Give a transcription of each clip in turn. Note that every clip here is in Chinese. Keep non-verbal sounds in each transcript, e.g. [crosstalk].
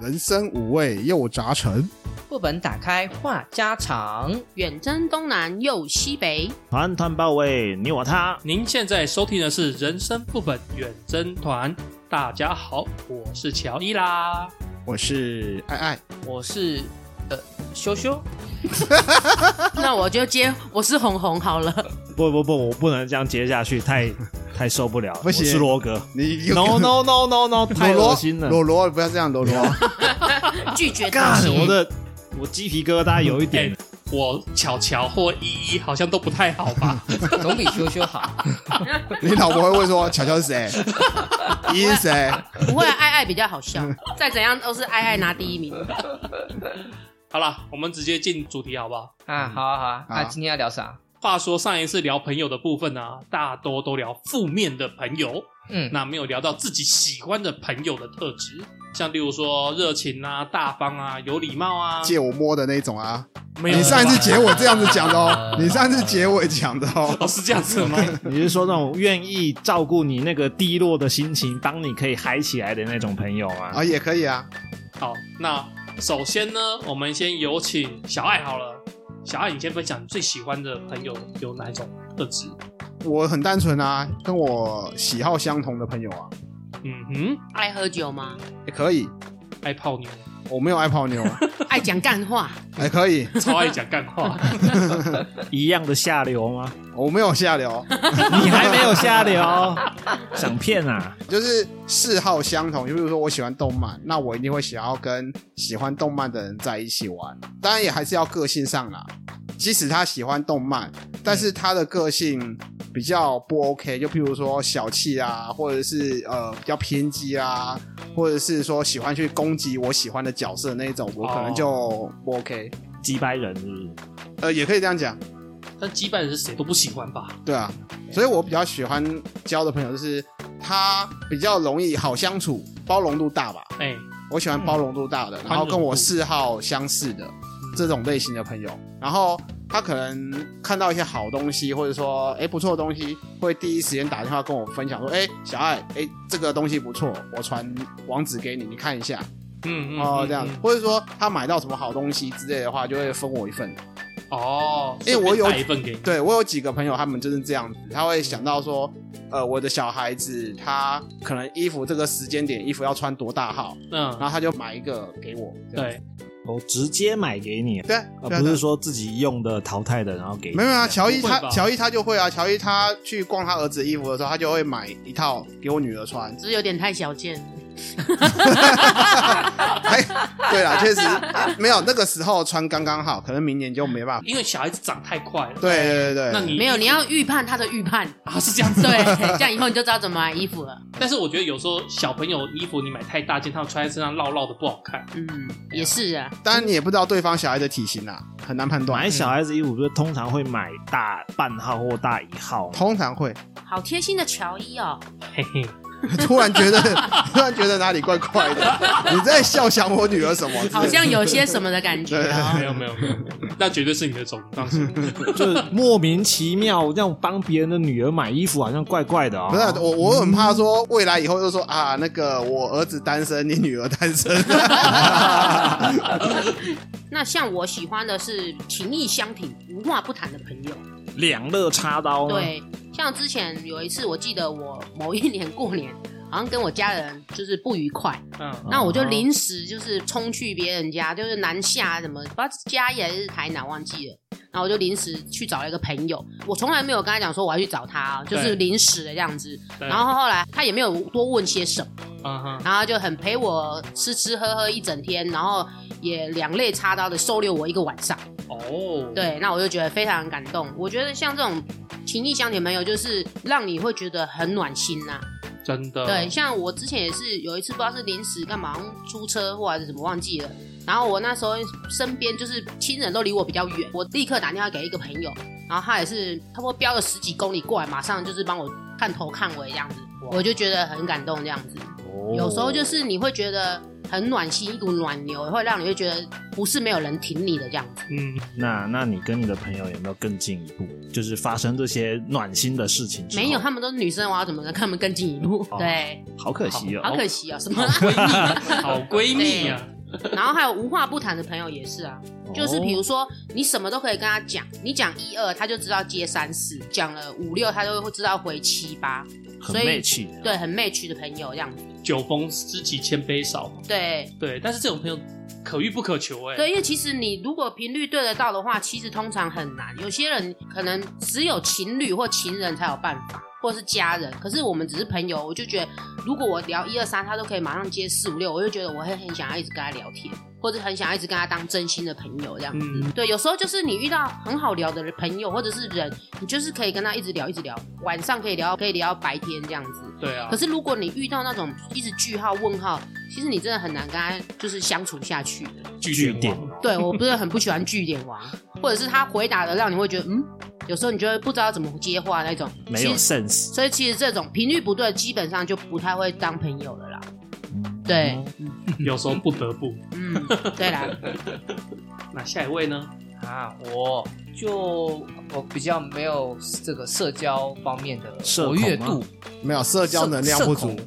人生五味又杂陈，副本打开话家常。远征东南又西北，团团包围你我他。您现在收听的是《人生副本远征团》，大家好，我是乔伊啦。我是爱爱。我是呃羞羞， [laughs] 那我就接我是红红好了。 [laughs] 不不不，我不能这样接下去，太太受不了了。不行我是罗哥。你 [laughs] No no no no no，太罗恶心了。罗罗，不要这样，罗罗。拒绝妥干，我协，的我鸡皮疙瘩有一点哎。我巧巧或依依好像都不太好 [laughs] 吧？总比羞羞好。 [laughs] 啊你老婆会问说：“乔乔是谁？依依是谁不会爱爱比较好笑，再怎样都是爱爱拿第一名。好啦，我们直接进主题好不好？啊，好啊好啊，那、嗯好今天要聊啥？话说上一次聊朋友的部分啊，大多都聊负面的朋友，嗯，那没有聊到自己喜欢的朋友的特质，像例如说热情啊、大方啊、有礼貌啊。借我摸的那种啊？”没有啊你上一次结尾这样子讲的哦，呃 [laughs] 你上一次结尾讲的 [laughs] 哦 [laughs] 哦。是这样子的吗？你是说那种愿意照顾你那个低落的心情，当你可以嗨起来的那种朋友吗？啊，也可以啊。好，那首先呢，我们先有请小爱好了。小爱，你先分享你最喜欢的朋友有哪一种特质？我很单纯啊，跟我喜好相同的朋友啊，嗯哼，爱喝酒吗？也可以。爱泡妞，我没有爱泡妞啊，爱讲干话？也可以。超爱讲干话。一样的下流吗？我没有下流，你还没有下流，想骗啊？就是嗜好相同。就比如说我喜欢动漫，那我一定会想要跟喜欢动漫的人在一起玩。当然也还是要个性上啦。即使他喜欢动漫，但是他的个性比较不 OK，就譬如说小气啊，或者是呃比较偏激啊，或者是说喜欢去攻击我喜欢的角色那一种，我可能就不 OK。鸡掰人是不是？呃，也可以这样讲，但击败人谁都不喜欢吧？对啊。所以我比较喜欢交的朋友就是他比较容易好相处，包容度大吧。哎、我喜欢包容度大的，然后跟我嗜好相似的这种类型的朋友。然后他可能看到一些好东西，或者说哎不错的东西，会第一时间打电话跟我分享说，哎小爱，哎这个东西不错，我传网址给你，你看一下嗯嗯哦嗯这样嗯，或者说他买到什么好东西之类的话，就会分我一份。哦，因为我有顺便带一份给你，对我有几个朋友，他们就是这样子，他会想到说，呃我的小孩子他可能衣服这个时间点衣服要穿多大号，嗯，然后他就买一个给我。这样子对，我直接买给你，对啊，而对啊不对啊是说自己用的淘汰的，然后给你没有啊，乔伊不会他吧乔伊他就会啊，乔伊他去逛他儿子的衣服的时候，他就会买一套给我女儿 [laughs] 穿。只是有点太小见了。哎，对啦，确实没有那个时候穿刚刚好，可能明年就没办法。因为小孩子长太快了。对对对对，那你没有，你要预判他的预判，啊是这样子。对，这样以后你就知道怎么买衣服了。但是我觉得有时候小朋友衣服你买太大件，他们穿在身上绕绕的不好看。嗯，也是啊，当然你也不知道对方小孩的体型啊，很难判断买。小孩子衣服，不是通常会买大半号或大一号吗？通常会 [laughs] 好贴心的乔伊哦。嘿嘿，突然觉得 [laughs] 突然觉得哪里怪怪的，你在笑想我女儿什么？好像有些什么的感觉 [laughs] 哦。没 [laughs] 有没有没有，没有那绝对是你的种，你放心。 [laughs] 嗯就是莫名其妙让帮别人的女儿买衣服，好像怪怪的哦。不是啊我，我很怕说未来以后又说啊，那个我儿子单身，你女儿单 [laughs] 身， [laughs] 那像我喜欢的是情意相挺、无话不谈的朋友。两肋插刀吗？对，像之前有一次，我记得我某一年过年，好像跟我家人就是不愉快，嗯，那我就临时就是冲去别人家，就是南下什么，不知道是嘉义还是台南，忘记了。然后我就临时去找了一个朋友，我从来没有跟他讲说我要去找他哦，就是对嗯临时的这样子。对然后后来他也没有多问些什么。嗯哼，然后就很陪我吃吃喝喝一整天，然后也两肋插刀的收留我一个晚上。哦，，对，那我就觉得非常感动。我觉得像这种情谊相挺朋友，就是让你会觉得很暖心呐、真的，对，像我之前也是有一次不知道是临时干嘛好像出车祸还是什么忘记了，然后我那时候身边就是亲人都离我比较远，我立刻打电话给一个朋友，然后他也是差不多飙了十几公里过来，马上就是帮我看头看尾这样子，我就觉得很感动这样子。哦有时候就是你会觉得很暖心，一股暖流会让你会觉得不是没有人挺你的这样子。 [laughs] 嗯，那，那你跟你的朋友有没有更进一步？就是发生这些暖心的事情之后没有，他们都是女生，我要怎 [laughs] 么跟他们更进一步？哦对，好可惜哦。好可惜哦，什么？好闺蜜啊，好闺蜜啊， [laughs] 然后还有无话不谈的朋友也是啊，哦就是比如说你什么都可以跟他讲，你讲一二他就知道接三四，讲了五六他就会知道回七八，很所以 match，的对，很 match 的朋友这样子，酒逢知己千杯少嘛，对。对，但是这种朋友可遇不可求哎、对，因为其实你如果频率对得到的话，其实通常很难。有些人可能只有情侣或情人才有办法，或是家人。可是我们只是朋友，我就觉得，如果我聊一二三，他都可以马上接四五六，我就觉得我会很想要一直跟他聊天，或者很想要一直跟他当真心的朋友这样子。嗯，对，有时候就是你遇到很好聊的朋友或者是人，你就是可以跟他一直聊，一直聊，晚上可以聊，可以聊到白天这样子。对啊可，是如果你遇到那种一直句号问号，其实你真的很难跟他就是相处下去的。据点点王对我不是很不喜欢据点王，或者是他回答的让你会觉得嗯，有时候你就会不知道怎么接话那种。没有其实 sense，所以其实这种频率不对，基本上就不太会当朋友了啦。对，嗯有时候不得不。嗯，对啦，那下一位呢？啊，我就我比较没有这个社交方面的社活恐跃吗度，没有社交能量不足，社社恐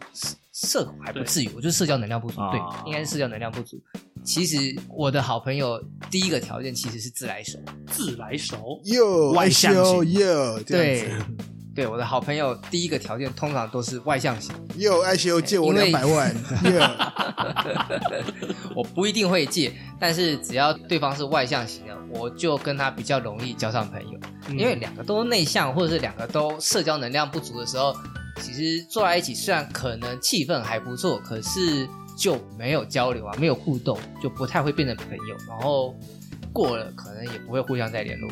社恐还不至于，我就是社交能量不足，啊对，应该是社交能量不足。其实我的好朋友第一个条件其实是自来熟，自来熟，又外向型又又这对样子，，对，我的好朋友第一个条件通常都是外向型，又爱修借我因为两百 [laughs] 万，又 [laughs] 我不一定会借，但是只要对方是外向型的，我就跟他比较容易交上朋友。嗯因为两个都内向，或者是两个都社交能量不足的时候，其实坐在一起虽然可能气氛还不错，可是就没有交流啊，没有互动，就不太会变成朋友。然后过了，可能也不会互相再联络。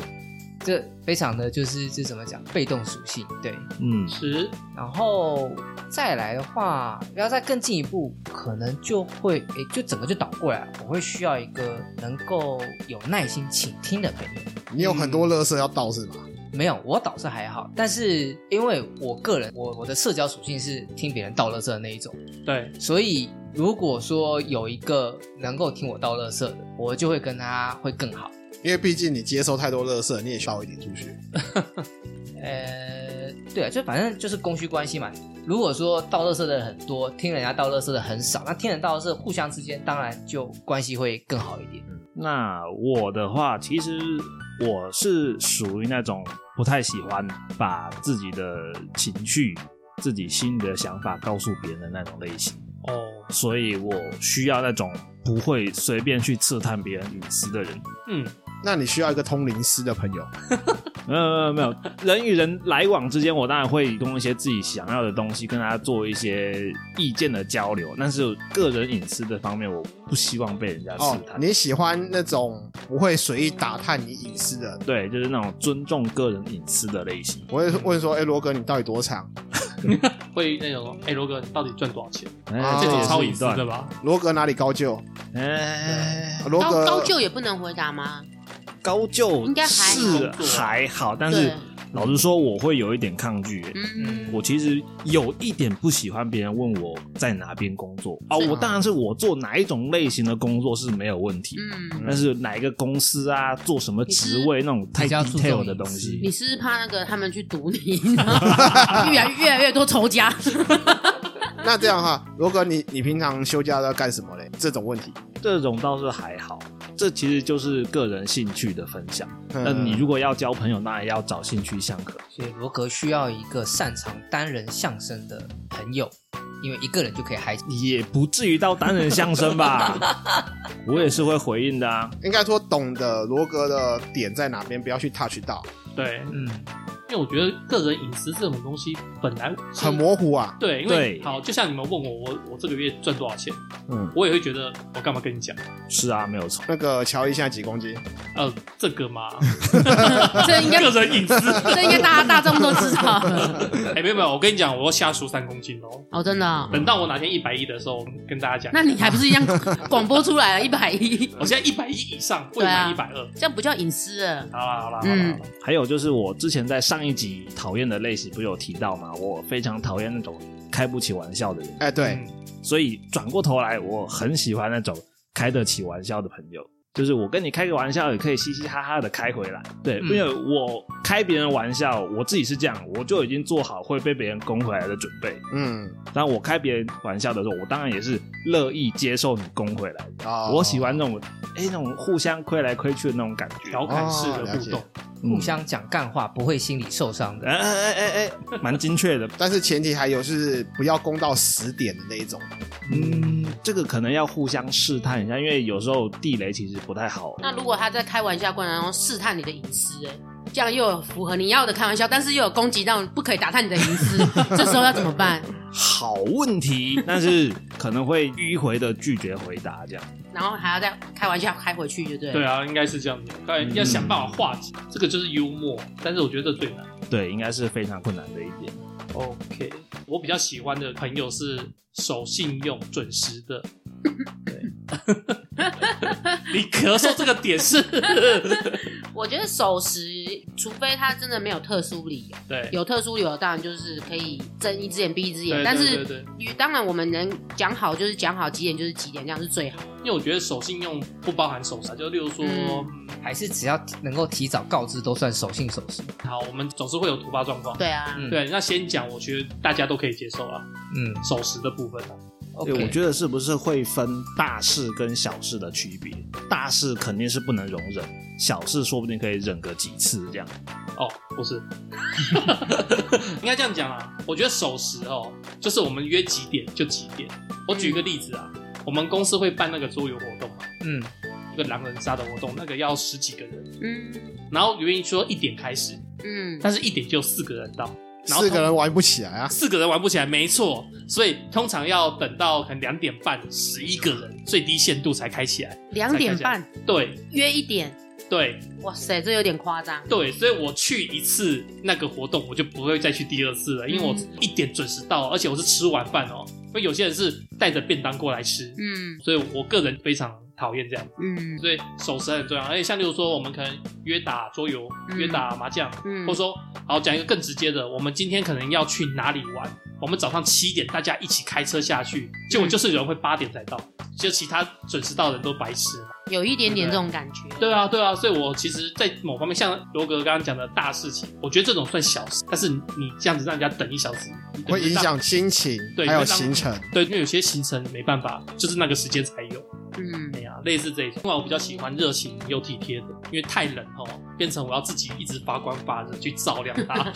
这非常的就是这怎么讲，被动属性对。嗯，十然后再来的话，要再更进一步，可能就会诶，就整个就倒过来了，我会需要一个能够有耐心倾听的朋友。你有很多乐色要倒是吗？没有，我倒是还好，但是因为我个人，我我的社交属性是听别人倒垃圾的那一种，对，所以如果说有一个能够听我倒垃圾的，我就会跟他会更好。因为毕竟你接收太多乐色，你也需要一点出去。呃，对啊，就反正就是供需关系嘛。如果说倒垃圾的人很多，听人家倒垃圾的很少，那听人倒垃圾互相之间当然就关系会更好一点。那我的话，其实我是属于那种不太喜欢把自己的情绪、自己心里的想法告诉别人的那种类型，哦，所以我需要那种不会随便去刺探别人隐私的人。嗯，那你需要一个通灵师的朋友，没有没有没有，人与人来往之间，我当然会用一些自己想要的东西跟他做一些意见的交流，但是个人隐私的方面，我不希望被人家哦试，探。你喜欢那种不会随意打探你隐私的人？对，就是那种尊重个人隐私的类型。我会问说，哎、罗哥，你到底多长？会那种，哎、罗哥，你到底赚多少钱？哎、哦哦这也种是超一隐私段的。吧？罗格哪里高就？哎，罗高格高就也不能回答吗？高就应该还好是还好，但是对老实说，我会有一点抗拒、欸。嗯，我其实有一点不喜欢别人问我在哪边工作啊，是我当然是我做哪一种类型的工作是没有问题，嗯，但是哪一个公司啊，做什么职位那种太比较注重 detail 的隐东私西你，是不是怕那个他们去堵你，越来越来越多仇家。那这样哈，罗格你你平常休假都要干什么嘞？这种问题，这种倒是还好。这其实就是个人兴趣的分享。嗯那呃你如果要交朋友，当然要找兴趣相合。所以罗格需要一个擅长单人相声的朋友，因为一个人就可以嗨起。也不至于到单人相声吧？我也是会回应的啊。应该说懂得罗格的点在哪边，不要去 touch 到，对，嗯，因为我觉得个人隐私这种东西本来是很模糊啊。对，因为对好，就像你们问我，我我这个月赚多少钱，嗯，我也会觉得我干嘛跟你讲？是啊，没有错。那个乔伊现在几公斤？呃，这个嘛，这应该个人隐私， [laughs] 这应该大家大众都知道。哎、没有没有，我跟你讲，我要下输三公斤哦。哦，真的哦、等到我哪天一百亿的时候，我跟大家讲。那你还不是一样广播出来了一百一，我现在一百亿以上，不对啊满一百二。这样不叫隐私了。好啦好啦好啦，嗯还有就是我之前在上一集讨厌的类型不是有提到吗？我非常讨厌那种开不起玩笑的人，哎、对，嗯所以转过头来我很喜欢那种开得起玩笑的朋友。就是我跟你开个玩笑，也可以嘻嘻哈哈的开回来。对，嗯因为我开别人玩笑，我自己是这样，我就已经做好会被别人攻回来的准备。嗯，当我开别人玩笑的时候，我当然也是乐意接受你攻回来。哦我喜欢那种，哎、那种互相亏来亏去的那种感觉，嗯调侃式哦的了互解动，嗯互相讲干话不会心里受伤的。哎哎哎哎哎，蛮精确的。但是前提还有是不要攻到十点的那一种。嗯，这个可能要互相试探一下，因为有时候地雷其实不太好。那如果他在开玩笑过程中试探你的隐私、哎，这样又有符合你要的开玩笑，但是又有攻击到不可以打探你的隐 [laughs] 私，这时候要怎么办？好问题，但是可能会迂回的拒绝回答这样。然后还要再开玩笑开回去，就对了。对啊，应该是这样子。当然要想办法化解，这个就是幽默，但是我觉得这最难。对，应该是非常困难的一点。 OK，我比较喜欢的朋友是守信用、准时的。对，你咳嗽这个点是，我觉得守时，除非他真的没有特殊理由，对，有特殊理由当然就是可以睁一只眼闭一只眼，对但对对是。对，与当然，我们能讲好就是讲好，几点就是几点，这样是最好的。因为我觉得守信用不包含守时，就例如说，嗯嗯还是只要能够提早告知，都算守信守时。好，我们总是会有突发状况。对啊，嗯对，那先讲，我觉得大家都可以接受啊，嗯守时的部分啊。 ，OK，对，我觉得是不是会分大事跟小事的区别？大事肯定是不能容忍，小事说不定可以忍个几次这样。哦，不是， [laughs] 应该这样讲啊。我觉得守时哦，就是我们约几点就几点。我举个例子啊，我们公司会办那个桌游活动嘛，嗯一个狼人杀的活动，那个要十几个人，嗯然后原意说一点开始，嗯，但是一点就四个人到，然后四个人玩不起来啊！四个人玩不起来，没错，所以通常要等到可能两点半，十一个人最低限度才开起来。两点半对约一点，对哇塞，这有点夸张。对，所以我去一次那个活动，我就不会再去第二次了，因为我嗯一点准时到，而且我是吃完饭哦，因为有些人是带着便当过来吃，嗯所以我个人非常讨厌这样，嗯所以守时很重要。而且像例如说，我们可能约打桌游、嗯约打麻将，嗯，或者说，好讲一个更直接的，我们今天可能要去哪里玩？我们早上七点大家一起开车下去，结嗯果就是有人会八点才到，就其他准时到的人都白痴嘛。有一点点这种感觉。对啊，对啊，所以我其实，在某方面，像罗格刚刚讲的大事情，我觉得这种算小事，但是你这样子让人家等一小时，你等于会影让。响心情，对还有会让行程。对，因为有些行程没办法，就是那个时间才有。嗯哎呀，类似这一种。另外，我比较喜欢热情又体贴的，因为太冷哦，变成我要自己一直发光发热去照亮 [laughs] 它。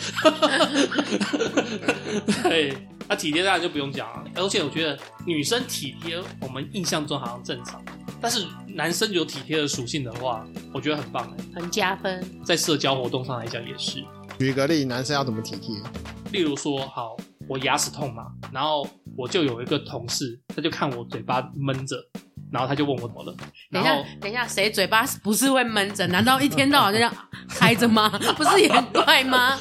对，那、体贴当然就不用讲了。而且我觉得女生体贴，我们印象中好像正常，但是男生有体贴的属性的话，我觉得很棒哎，很加分。在社交活动上来讲也是。举个例，男生要怎么体贴？例如说，好，我牙齿痛嘛，然后我就有一个同事，他就看我嘴巴闷着，然后他就问我怎么了，等然一后下，等一下，谁嘴巴不是会闷着？难道一天到晚就这样 [laughs] 开着吗？不是也很怪吗？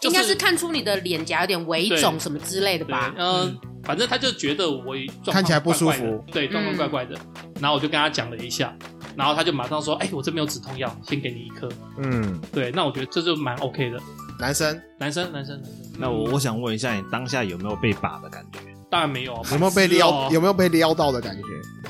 就应该是看出你的脸颊有点微肿对什么之类的对，吧？嗯，反正他就觉得我状况看起来不舒服怪怪的，对，状况嗯怪怪的。然后我就跟他讲了一下，然后他就马上说：“哎、我这边有止痛药，先给你一颗。嗯，”对，那我觉得这就蛮 OK 的。男生男生，男生，男生，嗯那我我想问一下，你当下有没有被把的感觉？当然没有啊，有没有被白痴哦撩？有没有被撩到的感觉？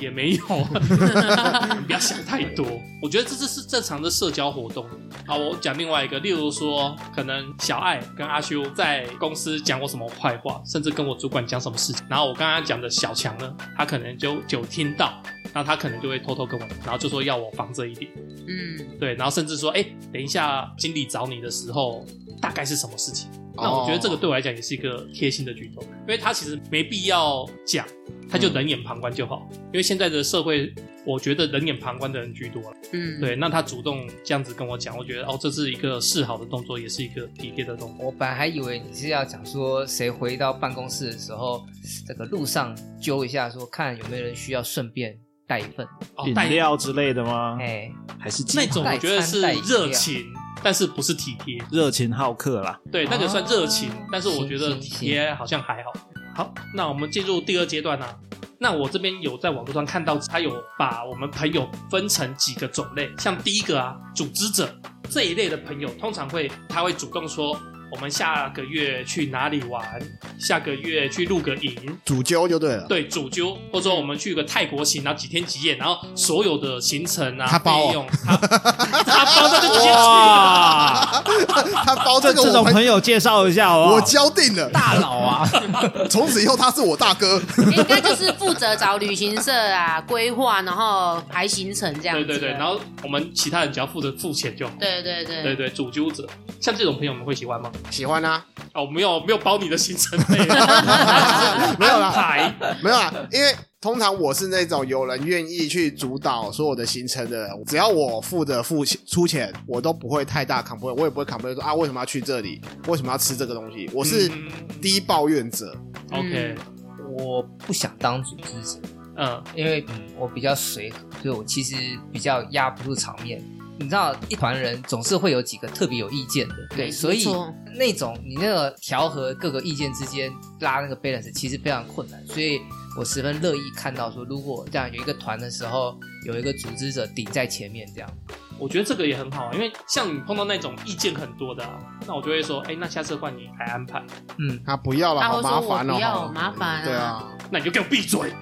也没有，你不要想太多。我觉得这这是正常的社交活动。好，我讲另外一个，例如说，可能小爱跟阿修在公司讲我什么坏话，甚至跟我主管讲什么事情，然后我刚刚讲的小强呢，他可能就就听到，然后他可能就会偷偷跟我，然后就说要我防着一点，嗯对，然后甚至说，哎，等一下经理找你的时候，大概是什么事情？那我觉得这个哦对我来讲也是一个贴心的举动，因为他其实没必要讲，他嗯就冷眼旁观就好。因为现在的社会，我觉得冷眼旁观的人居多了。嗯，对，那他主动这样子跟我讲，我觉得哦，这是一个示好的动作，也是一个体贴的动作。我本来还以为你是要讲说谁回到办公室的时候，这个路上揪一下，说看有没有人需要顺便带一份。哦，饮带料之类的吗？嗯哎，还是鸡那种排我觉得是热情，但是不是体贴。热情好客啦？对，那个算热情哦，但是我觉得行行体贴好像还好。好，那我们进入第二阶段啊。那我这边有在网络上看到，他有把我们朋友分成几个种类，像第一个啊，组织者这一类的朋友，通常会他会主动说，我们下个月去哪里玩，下个月去露个营，主揪就对了。对，主揪，或者说我们去个泰国行，然后几天几夜，然后所有的行程啊，他包哦费用，他他包，他就直接去了。哇， [laughs] 他包这这个这我种们朋友啊介绍一下好不好？我交定了，大佬啊，从此以后他是我大哥。 [laughs] [laughs] 应该就是负责找旅行社啊规划，然后排行程这样对子。啊对对，然后我们其他人只要负责付钱就好。对对对对对，主揪者，像这种朋友你们会喜欢吗？喜欢啊，哦，没有没有包你的行程费，没没有啦排。没有啦，因为通常我是那种有人愿意去主导所有的行程的人，只要我负责付钱出钱，我都不会太大 complain，我也不会 complain 说啊为什么要去这里，为什么要吃这个东西， [laughs] 我是嗯低抱怨者。 OK，我不想当组织者，嗯，因为嗯我比较随和，所以我其实比较压不住场面。你知道，一团人总是会有几个特别有意见的，对，没所以错那种你那个调和各个意见之间拉那个 balance 其实非常困难，所以我十分乐意看到说，如果这样有一个团的时候，有一个组织者顶在前面这样。我觉得这个也很好，啊因为像你碰到那种意见很多的、啊，那我就会说，哎，那下次换你来安排，嗯，啊，不要了，他好会说麻我烦哦、不要，好麻烦、对。啊，那你就给我 [laughs] 闭嘴。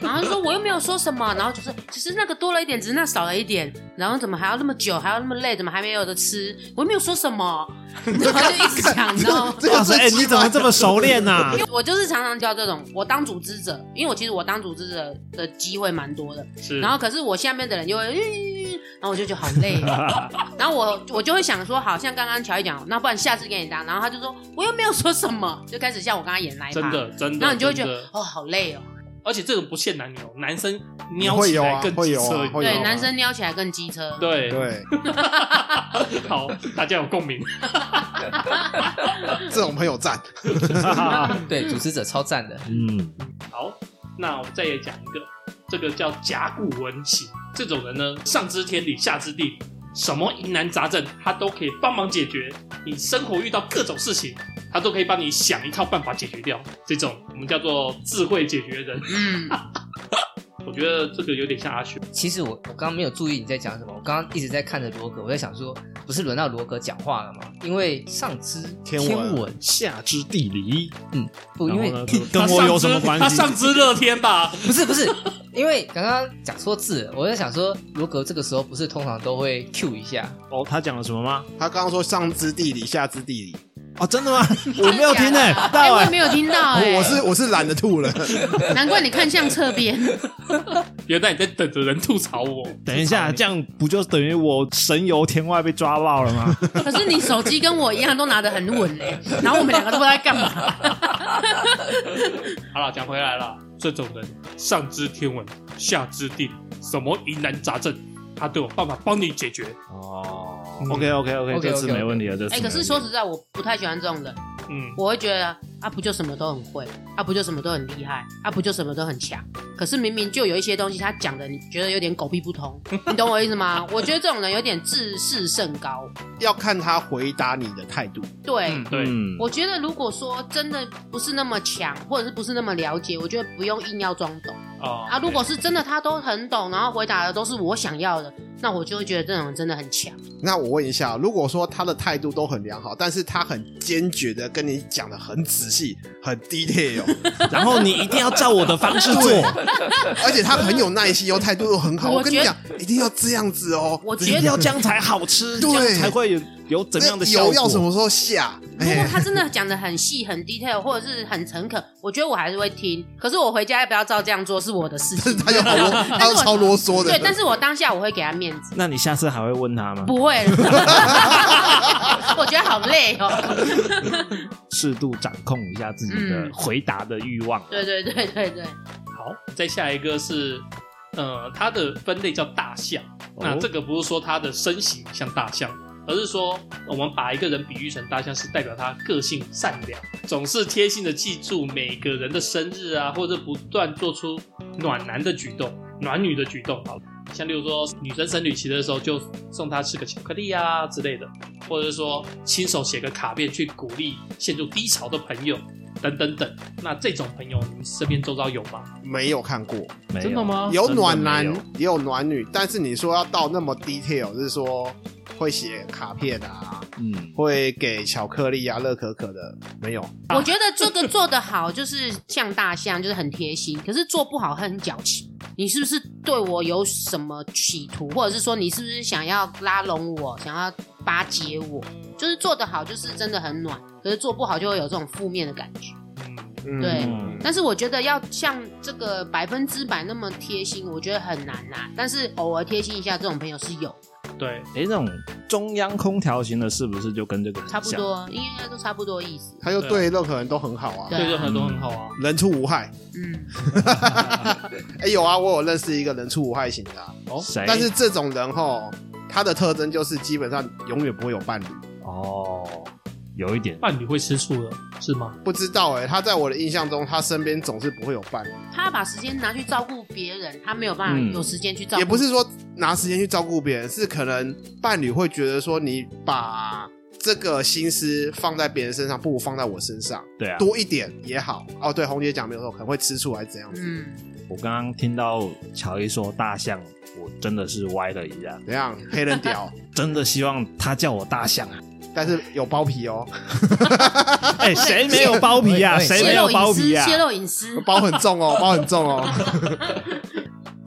然后就说我又没有说什么，然后就是只是那个多了一点，只是那少了一点，然后怎么还要那么久，还要那么累，怎么还没有的吃？我又没有说什么， [laughs] 然后就一直讲，你知道吗？这哇个塞，哎最你怎么这么熟练啊呐、因为我就是常常教这种，我当组织者，因为我其实我当组织者的机会蛮多的，是，然后可是我下面的人就会，嗯然后我就觉得好累，哦 [laughs] 然后我我就会想说，好像刚刚乔伊讲，那不然下次给你当，然后他就说我又没有说什么，就开始像我刚刚演那一趴真，的真的，然后你就会觉真得的，哦好累哦，而且这个不限男女哦，男生瞄起来更会机有啊车会有啊一点。会有对，男生撩起来更机车，对，对， [laughs] 啊好，大家有共鸣。这种朋友赞。对，组织者超赞的。 [laughs] 嗯，好，那我再也讲一个，这个叫甲骨文型。这种人呢，上知天理，下知地理，什么疑难杂症他都可以帮忙解决。你生活遇到各种事情，他都可以帮你想一套办法解决掉。这种我们叫做智慧解决人。嗯，我觉得这个有点像阿修，其实我我刚刚没有注意你在讲什么，我刚刚一直在看着罗格，我在想说，不是轮到罗格讲话了吗？因为上知天文文下知地理，不，因为然后呢跟我有什么关他系？上知乐天吧？不是不是，因为刚刚讲错字了，我在想说，罗格这个时候不是通常都会 Q 一下，哦，他讲了什么吗？他刚刚说上知地理，下知地理，哦，真的 [laughs] 吗？ [laughs] 我没有听哎诶、哎大我也碗没有听到 [laughs] 哎，我是我是懒得吐了。 [laughs] 难怪你看向侧边，原来你在等着人吐槽我。等一下，这样不就等于我神游天外被抓爆了吗？可是你手机跟我一样都拿得很稳哎，然后我们两个都不知道在干 [laughs] 嘛，好了，讲回来了，这种人上知天文，下知地理，什么疑难杂症，他都有办法帮你解决。 [laughs] 哦嗯 OK OK OK， OK，OK，OK 这次没问题了，这次哎，没可问题。是说实在，我不太喜欢这种人。嗯，我会觉得啊，不就什么都很会，啊，不就什么都很厉害，啊，不就什么都很强。可是明明就有一些东西，他讲的你觉得有点狗屁不通，你懂我意思吗？ [laughs] 我觉得这种人有点自视甚高。要看他回答你的态度。对，嗯，对，嗯，我觉得如果说真的不是那么强，或者是不是那么了解，我觉得不用硬要装懂哦啊。如果是真的他都很懂，然后回答的都是我想要的，那我就会觉得这种人真的很强。那我问一下，如果说他的态度都很良好，但是他很坚决的跟你讲的很仔细、很 [laughs] detail，然后你一定要照我的方式 [laughs] 做，而且他很有耐心哦，态度又很好。我我跟你觉讲，一定要这样子哦。我一觉得定要这样才好吃，对这样才会有有怎样的那效油要什果。么时候下？如果哎，他真的讲的很细、很 detail，或者是很诚恳，我觉得我还是会听。可是我回家要不要照这样做是我的事情。 [laughs] 他就 [laughs] 好啰，他就超啰嗦的。对，但是我当下我会给他面子， [laughs] 那你下次还会问他吗？不会 [laughs] 了。我觉得好累哦。适度掌控一下自己的嗯回答的欲望。对对对对对，好，再下一个是，呃，它的分类叫大象。那哦这个不是说它的身形像大象，而是说我们把一个人比喻成大象，是代表他个性善良，总是贴心的记住每个人的生日啊，或者不断做出暖男的举动、暖女的举动。好了，像例如说女生生理期的时候，就送她吃个巧克力啊之类的，或者是说亲手写个卡片去鼓励陷入低潮的朋友。等等等，那这种朋友，你身边周遭有吗？没有看过，没有啊真的？哦吗？有嗯真的暖男没有，也有暖女，但是你说要到那么 detail，就是说会写卡片啊，嗯，会给巧克力啊、乐可可的没有。我觉得这个做得好就是像大象，就是很贴心；可是做不好很矫情。你是不是对我有什么企图，或者是说你是不是想要拉拢我，想要巴结我？就是做得好，就是真的很暖；可是做不好就会有这种负面的感觉。嗯对嗯但是我觉得要像这个百分之百那么贴心，我觉得很难啦、但是偶尔贴心一下，这种朋友是有，对，哎，那种中央空调型的，是不是就跟这个很差不像？多，应该都差不多意思。他又对任何人都很好对啊，对，就很多很好啊。人畜无害。嗯，哎，有啊，我有认识一个人畜无害型的啊、哦，谁？但是这种人吼，他的特征就是基本上永远不会有伴侣。哦，有一点伴侣会吃醋的是吗？不知道哎、他在我的印象中，他身边总是不会有伴侣，他把时间拿去照顾别人，他没有办法嗯有时间去照顾。也不是说拿时间去照顾别人，是可能伴侣会觉得说你把这个心思放在别人身上，不如放在我身上对啊。多一点也好。哦，对，红姐讲没有错，可能会吃醋还是怎样子？嗯，我刚刚听到乔伊说大象，我真的是歪了一下，怎样黑人屌，真的希望他叫我大 [laughs] 象啊！但是有包皮哦，哎，谁没有包皮啊？我也谁泄没有露包隐皮私，啊？泄露隐私。包很重哦，包很重 [laughs] 哦。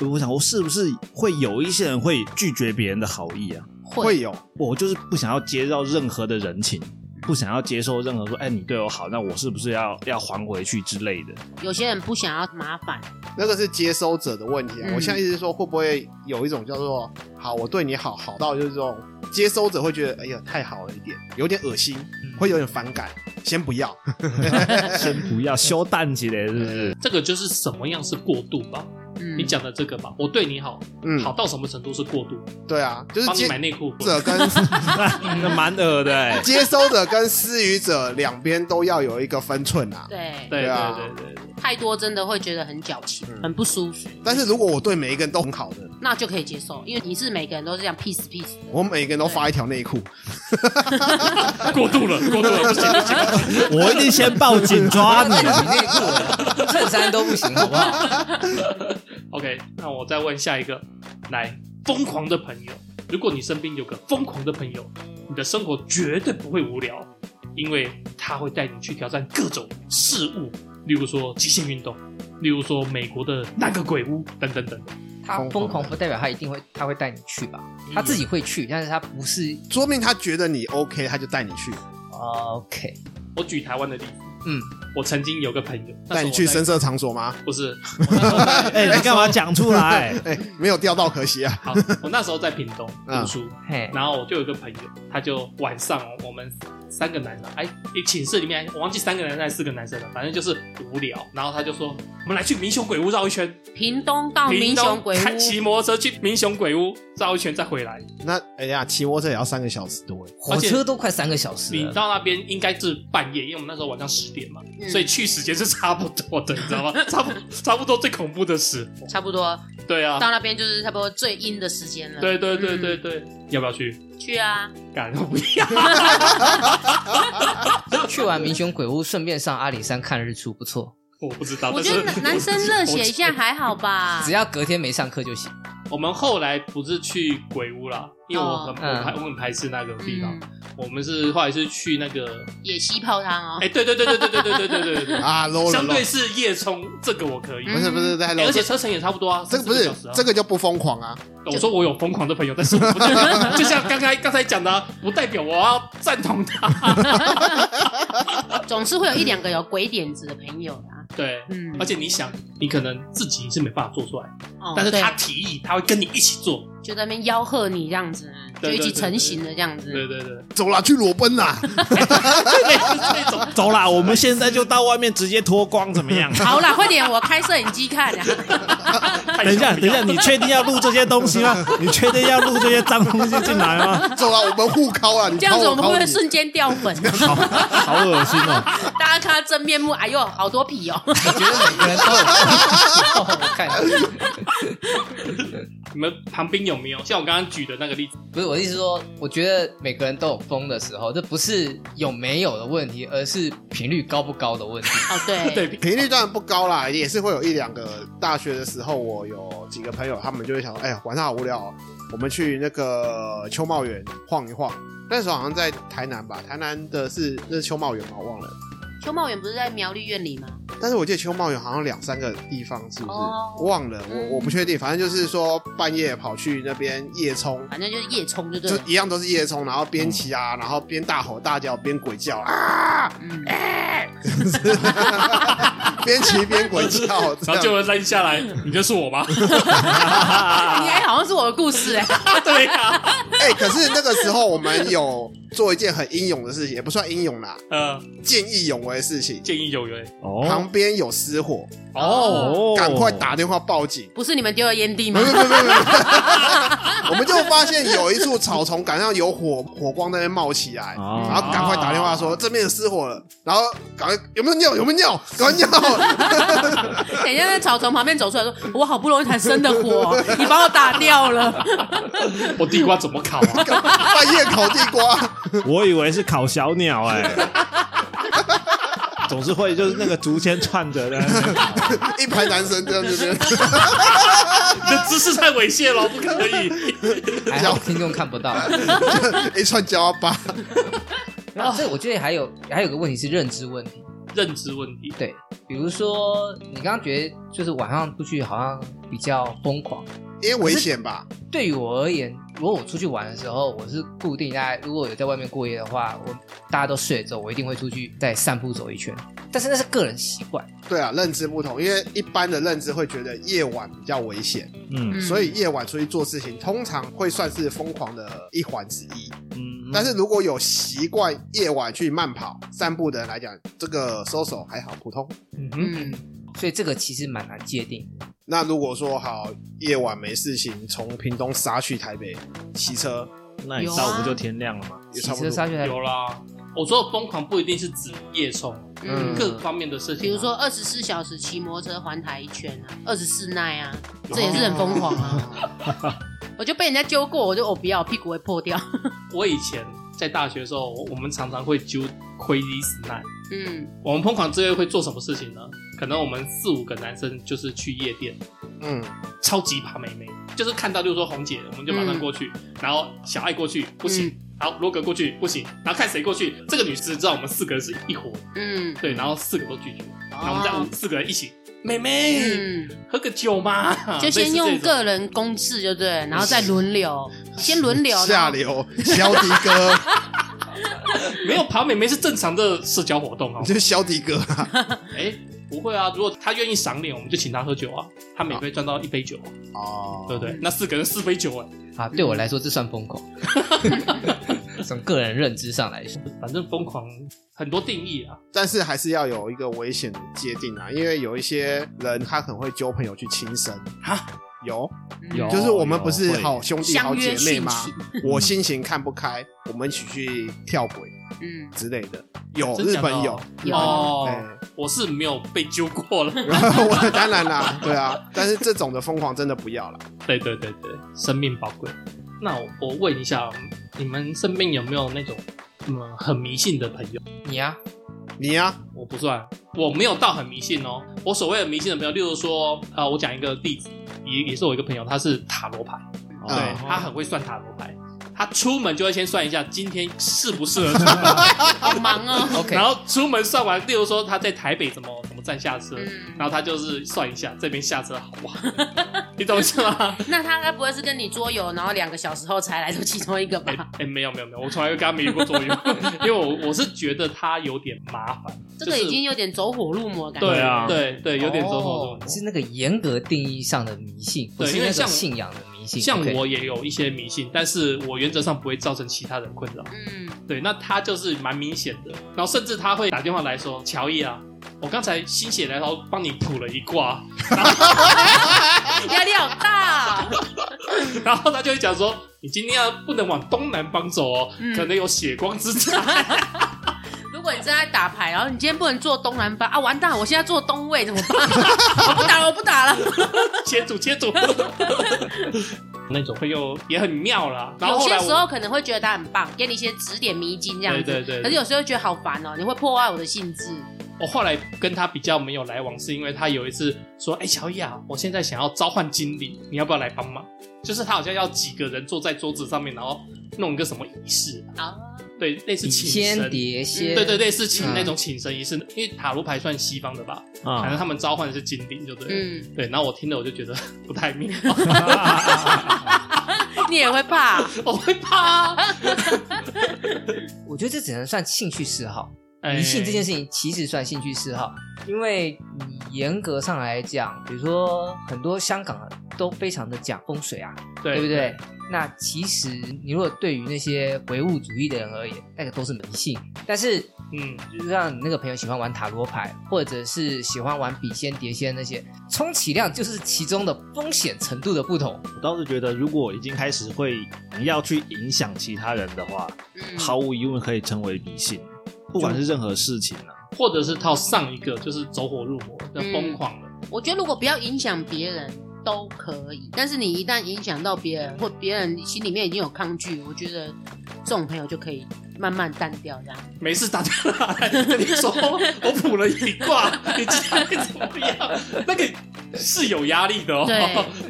我想，我是不是会有一些人会拒绝别人的好意啊？会有，我就是不想要接到任何的人情，不想要接受任何说，哎，你对我好，那我是不是要要还回去之类的？有些人不想要麻烦，那个是接收者的问题啊。嗯我现在意思是说，会不会有一种叫做“好，我对你好好到”就是这种接收者会觉得，哎呀，太好了一点，有点恶心，嗯会有点反感，先不要。先不要修蛋起来，是不是？ [laughs] 这个就是什么样是过度吧？嗯，你讲的这个吧，我对你好，嗯，好，到什么程度是过度？对啊，就是帮你接买内裤，收者跟。那蛮恶的、欸接收者跟施予者两边都要有一个分寸啊。对，对对啊对对对，太多真的会觉得很矫情，嗯很不舒服，但是如果我对每一个人都很好的，那就可以接受，因为你是每个人都是这样 peace peace，我每个人都发一条内裤，对过度了，过度了，不行不行，我一定先报警啊抓你。啊内裤、衬衫都不行，好不好？ OK，那我再问下一个，来，疯狂的朋友，如果你身边有个疯狂的朋友，你的生活绝对不会无聊，因为他会带你去挑战各种事物，例如说极限运动，例如说美国的那个鬼屋，等等等等。他疯狂不代表他一定会，他会带你去吧？嗯他自己会去，但是他不是说明他觉得你 OK，他就带你去， OK。我举台湾的例子，嗯，我曾经有个朋友，那时候带你我去在深色场所吗？[laughs] 不是，我那时候在哎、你干嘛讲出来？ [laughs] 哎、没有钓到，可惜啊。好，我那时候在屏东嗯读书，嘿，然后我就有一个朋友，他就晚上哦我们三个男生，哎，一寝室里面我忘记三个男生还是四个男生了，反正就是无聊，然后他就说我们来去民雄鬼屋绕一圈，屏东到屏哦民东雄鬼开屋，骑摩托车去民雄鬼屋绕一圈再回来，那哎呀，骑摩托车也要三个小时多哎。火车都快三个小啊时你了，到那边应该是半夜，因为我们那时候晚上十点嘛，嗯所以去时间是差不多的，你知道 [laughs] 吗？差不差不多最恐怖的事，差不多对啊，到那边就是差不多最阴的时间了。，对对对嗯对对，要不要去？去啊，敢我不要， [laughs] 去完民雄鬼屋，顺便上阿里山看日出，不错。我不知道，我但觉是得男男生热血一下还好 [laughs] 吧只。要隔天没上课就行。我们后来不是去鬼屋啦，因为我很、哦我排我很排斥那个地方。嗯，我们是后来是去那个，野溪泡汤哦哎、，对对对对对对对对对对 [laughs] 对，啊，low 了相 low，对是夜冲，这个我可以。嗯不是不是太哎 low，而且这车程也差不多啊，这个不是14小时啊哦这个就不疯狂啊，我说我有疯狂的朋友，但是我不代表， [laughs] 就像刚才刚才讲的啊，不代表我要赞 [laughs] 同他。哦总是会有一两个有鬼点子的朋友啦。对，嗯，而且你想，你可能自己是没办法做出来，哦但是对他提议，他会跟你一起做。就在那边吆喝你这样子，啊就对一起对对成对型的这样子。对对对，走啦，去裸奔啊 [laughs] 啦。类似这种。走啦，我们现在就到外面直接脱光，怎么样？ [laughs] 好啦，快点，我开摄影机 [laughs] 看啊！等一下，等一下，你确定要录这些东西吗？你确定要录这些脏东西进来吗？ [laughs] 走啦，我们互敲啊啦，你这样子敲我们会不敲会你瞬间掉粉？好好恶心哦！ [laughs] 大家看他真面目，哎呦，好多皮 [laughs] 哦！我觉得每个人都有。我看，你们旁边有没有像我刚刚举的那个例嗯子？不是我的意思说，我觉得每个人都有疯的时候，这不是有没有的问题，而是频率高不高的问题。哦，对， [laughs] 对，频率当然不高啦，也是会有一两个。大学的时候，我有几个朋友，他们就会想说：“哎呀，晚上好无聊、哦，我们去那个秋茂园晃一晃。那时候好像在台南吧，台南的是那是秋茂园吗？我忘了。秋茂园不是在苗栗院里吗？但是我记得秋茂园好像两三个地方，是不是？哦忘了，嗯我我不确定。反正就是说半夜跑去那边夜冲，反正就是夜冲就对就了。一样都是夜冲，然后边骑啊，然后边大吼大叫，边鬼叫啊， [laughs] 嗯， [laughs] 边骑边鬼 [laughs] 叫，这然后就样会扔下来，嗯你认识我 [laughs] 吗？你还好像是我的故事哎、对啊呀、哎、可是那个时候我们有做一件很英勇的事情，也不算英勇啦，呃，见义勇为的事情。见义勇为旁哦边有失火，哦，赶快打电话报警。不是你们丢了烟蒂不吗是？不是不是，不是 [laughs] 我们就发现有一处草丛赶上有火火光在那边冒起来，啊哦然后赶快打电话说这边失火了，然后赶快有没有尿有没有尿， [laughs] 赶快尿， [laughs] 等一下在草丛旁边走出来说：“我好不容易才生的火， [laughs] 你把我打掉 [laughs] 了。我地瓜怎么 [laughs] 烤啊？半夜烤地瓜。我以为是烤小鸟哎、总是会就是那个竹签串着的，一排男生这样子， [laughs] 你的姿势太猥亵了，不可 [laughs] 以。还好听众看不到。一串胶巴，然后，所以我觉得还有还有个问题是认知问题，认知问题，对，比如说你刚刚觉得就是晚上出去好像比较疯狂，因为危险吧？对于我而言，如果我出去玩的时候，我是固定大家如果有在外面过夜的话，我大家都睡了之后，我一定会出去再散步走一圈。但是那是个人习惯，对啊，认知不同，因为一般的认知会觉得夜晚比较危险，嗯嗯所以夜晚出去做事情通常会算是疯狂的一环之一。嗯，但是如果有习惯夜晚去慢跑、散步的人来讲，这个收手还好，普通。嗯”哼，嗯，所以这个其实蛮难界定。那如果说好夜晚没事情，从屏东杀去台北骑车，那你有啊到不就天亮了吗？也骑差不车多。杀去台北有啦。我说的疯狂不一定是指夜冲，啊嗯各方面的事情啊、比如说二十四小时骑摩托车环台一圈啊，二十四耐啊，这也是很疯狂啊。 [laughs] 我就被人家揪过，我就我哦不要，屁股会破掉。我以前在大学的时候，我们常常会揪 crazy night。 [laughs] 嗯，我们疯狂之夜会做什么事情呢？可能我们四五个男生就是去夜店， [laughs] 嗯，超级爬妹妹，就是看到，就是说红姐，我们就马上过去，嗯然后小爱过去不行，好罗格过去不行，然后看谁过去。这个女生知道我们四个人是一伙，嗯，对，然后四个都拒绝，然后我们再哦五，四个人一起，妹妹、嗯，喝个酒嘛，就先用个个人公制，就对，然后再轮 [laughs] 流，先轮流，下流，肖迪哥， [laughs] 没有爬妹妹是正常的社交活动啊你。就是肖迪哥啊！嗯 [laughs] 哎，不会啊，如果她愿意赏脸，我们就请她喝酒啊，她每个月赚到一杯酒，啊哦，对嗯不对？那四个人四杯酒哎，啊，对我来说这算疯狂。 [laughs] 从个人认知上来说，反正疯狂很多定义啊，但是还是要有一个危险的界定啊，因为有一些人他可能会揪朋友去轻生哈，有，嗯有就是我们不有是会好兄弟、好相姐约妹殉吗？情。我心情看不开，我们一起去跳轨嗯，之类的，有真的日假的本哦有，有哦。哎，我是没有被揪过了。我 [laughs] 当然啦，对啊，但是这种的疯狂真的不要了。对对对对，生命宝贵。那我我问一下，你们身边有没有那种嗯很迷信的朋友？你啊，你啊，我不算，我没有到很迷信哦。我所谓的迷信的朋友，例如说，呃，我讲一个例子，也也是我一个朋友，他是塔罗牌，哦对嗯他很会算塔罗牌。他出门就会先算一下今天适不适合出门，好忙 [laughs] 哦。 OK 然后出门算完，例如说他在台北怎么怎么站下车，嗯，然后他就是算一下这边下车好不好， [laughs] 你懂是吗？那他该不会是跟你桌游，然后两个小时后才来的其中一个 [laughs] 哎、吧？哎，没有没有没有，我从来跟他没有过 [laughs] 作用，因为我我是觉得他有点麻烦，这个已经有点走火入魔的感觉。对啊对对，有点走火入哦魔。是那个严格定义上的迷信，不对是因为那种像信仰的迷信。像 OK 我也有一些迷信，但是我原则上不会造成其他人困扰。嗯，对，那他就是蛮明显的，然后甚至他会打电话来说：“乔伊啊，我刚才心血来潮帮你卜了一卦。压力好大。”哦然后他就会讲说：“你今天要不能往东南方走哦，嗯可能有血光之灾。” [laughs] 如果你正在打牌，然后你今天不能做东南方啊，完蛋！我现在做东位怎么办？我不打了，我不打了。切主 [laughs] 切主，那种朋友也很妙啦。然后有后来些我时候可能会觉得他很棒，给你一些指点迷津这样子。对对对可是有时候觉得好烦哦，你会破坏我的兴致。我后来跟他比较没有来往，是因为他有一次说：“哎、小易啊，我现在想要召唤经理，你要不要来帮忙？”就是他好像要几个人坐在桌子上面，然后弄一个什么仪式，啊，对，类似以请先神，碟仙，对对，类似请嗯那种请神仪式，因为塔罗牌算西方的吧，反正啊，他们召唤的是精灵，就对了。嗯，对，然后我听了我就觉得 [laughs] 不太妙，你也会怕？我会怕。啊 [laughs] 我觉得这只能算兴趣嗜好。哎迷信这件事情其实算兴趣嗜好，因为你严格上来讲，比如说很多香港人都非常的讲风水啊，哎对对不对？那其实你如果对于那些唯物主义的人而言，那个都是迷信。但是嗯，就像你那个朋友喜欢玩塔罗牌，或者是喜欢玩笔仙、碟仙那些，充其量就是其中的风险程度的不同。我倒是觉得，如果已经开始会想要去影响其他人的话，嗯，毫无疑问可以成为迷信，不管是任何事情啊。或者是套上一个就是走火入魔，那嗯疯狂了。我觉得如果不要影响别人都可以，但是你一旦影响到别人，或别人心里面已经有抗拒，我觉得这种朋友就可以慢慢淡掉这样。没事，打电话来跟你说，我卜了一卦，你今天会怎么样？那个是有压力的哦。 [laughs] 对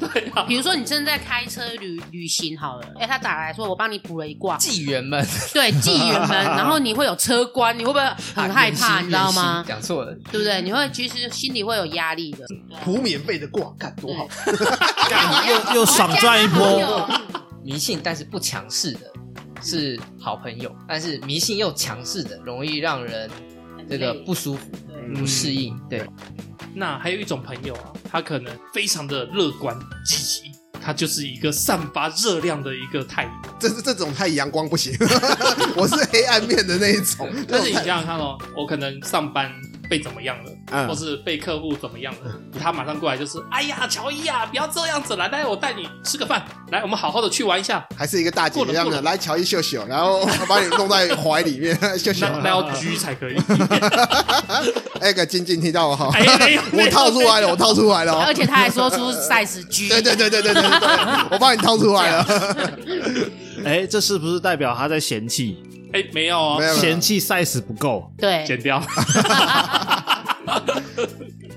对啊，比如说你正在开车旅旅行好了，哎、他打来说我帮你卜了一卦，纪元们啊对，纪元门，然后你会有车关，你会不会很害怕？啊你 [laughs] 知道吗远行远行？讲错了，对不对？你会其实心里会有压力的。补免费的挂，干多好！又又爽赚啊一波，迷信但是不强势的是好朋友，但是迷信又强势的容易让人这个不舒服、嗯不适应。对，那还有一种朋友啊，他可能非常的乐观积极，他就是一个散发热量的一个太阳。这是这种太阳光不行， [laughs] 我是黑暗面的那一种。但是你想想看哦，我可能上班被怎么样了，嗯或是被客户怎么样了，他马上过来就是，哎呀，乔伊啊，不要这样子啦，来，我带你吃个饭，来，我们好好的去玩一下，还是一个大姐姐过了这样过的，了来瞧一秀秀，然后 [laughs] 把你弄在怀里 [laughs] 面秀秀那，那要狙 [laughs] 才可以。哎，给晶晶听到我哈，哎，没有，没 [laughs] 我有套出来了，我套出来了而哦，且他还说出 size [laughs] G，对对对对对对对，对我帮你套出来 [laughs] 了，啊哎，这是不是代表他在嫌弃？哎，没有哦没，有没有嫌，弃 size 不够？对剪掉。 [laughs]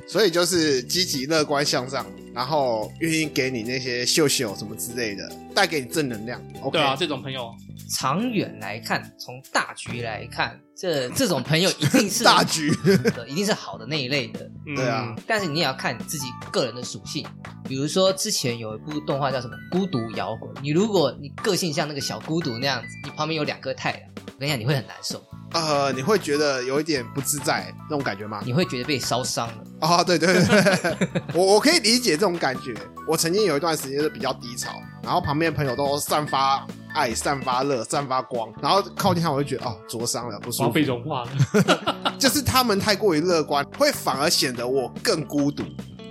所以就是积极乐观向上，然后愿意给你那些秀秀什么之类的，带给你正能量。OK，对啊，这种朋友，长远来看，从大局来看，这这种朋友一 [laughs] 定是大局，的，一定是好的那一类的。嗯对啊，但是你也要看你自己个人的属性。比如说，之前有一部动画叫什么《孤独摇滚》，你如果你个性像那个小孤独那样子，你旁边有两颗太阳，我跟你讲，你会很难受，呃，你会觉得有一点不自在那种感觉吗？你会觉得被烧伤了。哦，对对对， [laughs] 我我可以理解这种感觉。我曾经有一段时间是比较低潮，然后旁边的朋友都散发爱、散发热、散发光，然后靠近他我就觉得哦，灼伤了，不我舒要服被。融化了。就是他们太过于乐观，会反而显得我更孤独，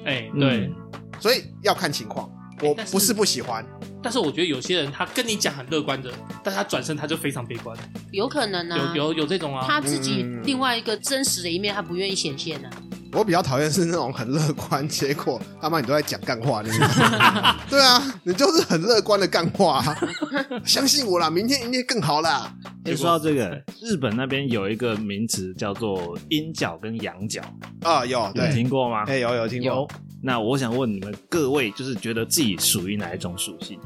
哎，对嗯，，所以要看情况。我但是不是不喜欢，但是我觉得有些人他跟你讲很乐观的，但他转身他就非常悲观，有可能啊有。有有这种啊，他自己另外一个真实的一面，他不愿意显现啊。我比较讨厌是那种很乐观，结果他妈你都在讲干话那种。 [laughs] 对啊，你就是很乐观的干话、啊，相信我啦，明天一定更好啦。哎，说到这个，日本那边有一个名词叫做阴角跟阳角，啊，有有对，听过吗哎、？有有听过有那我想问你们各位，就是觉得自己属于哪一种属性？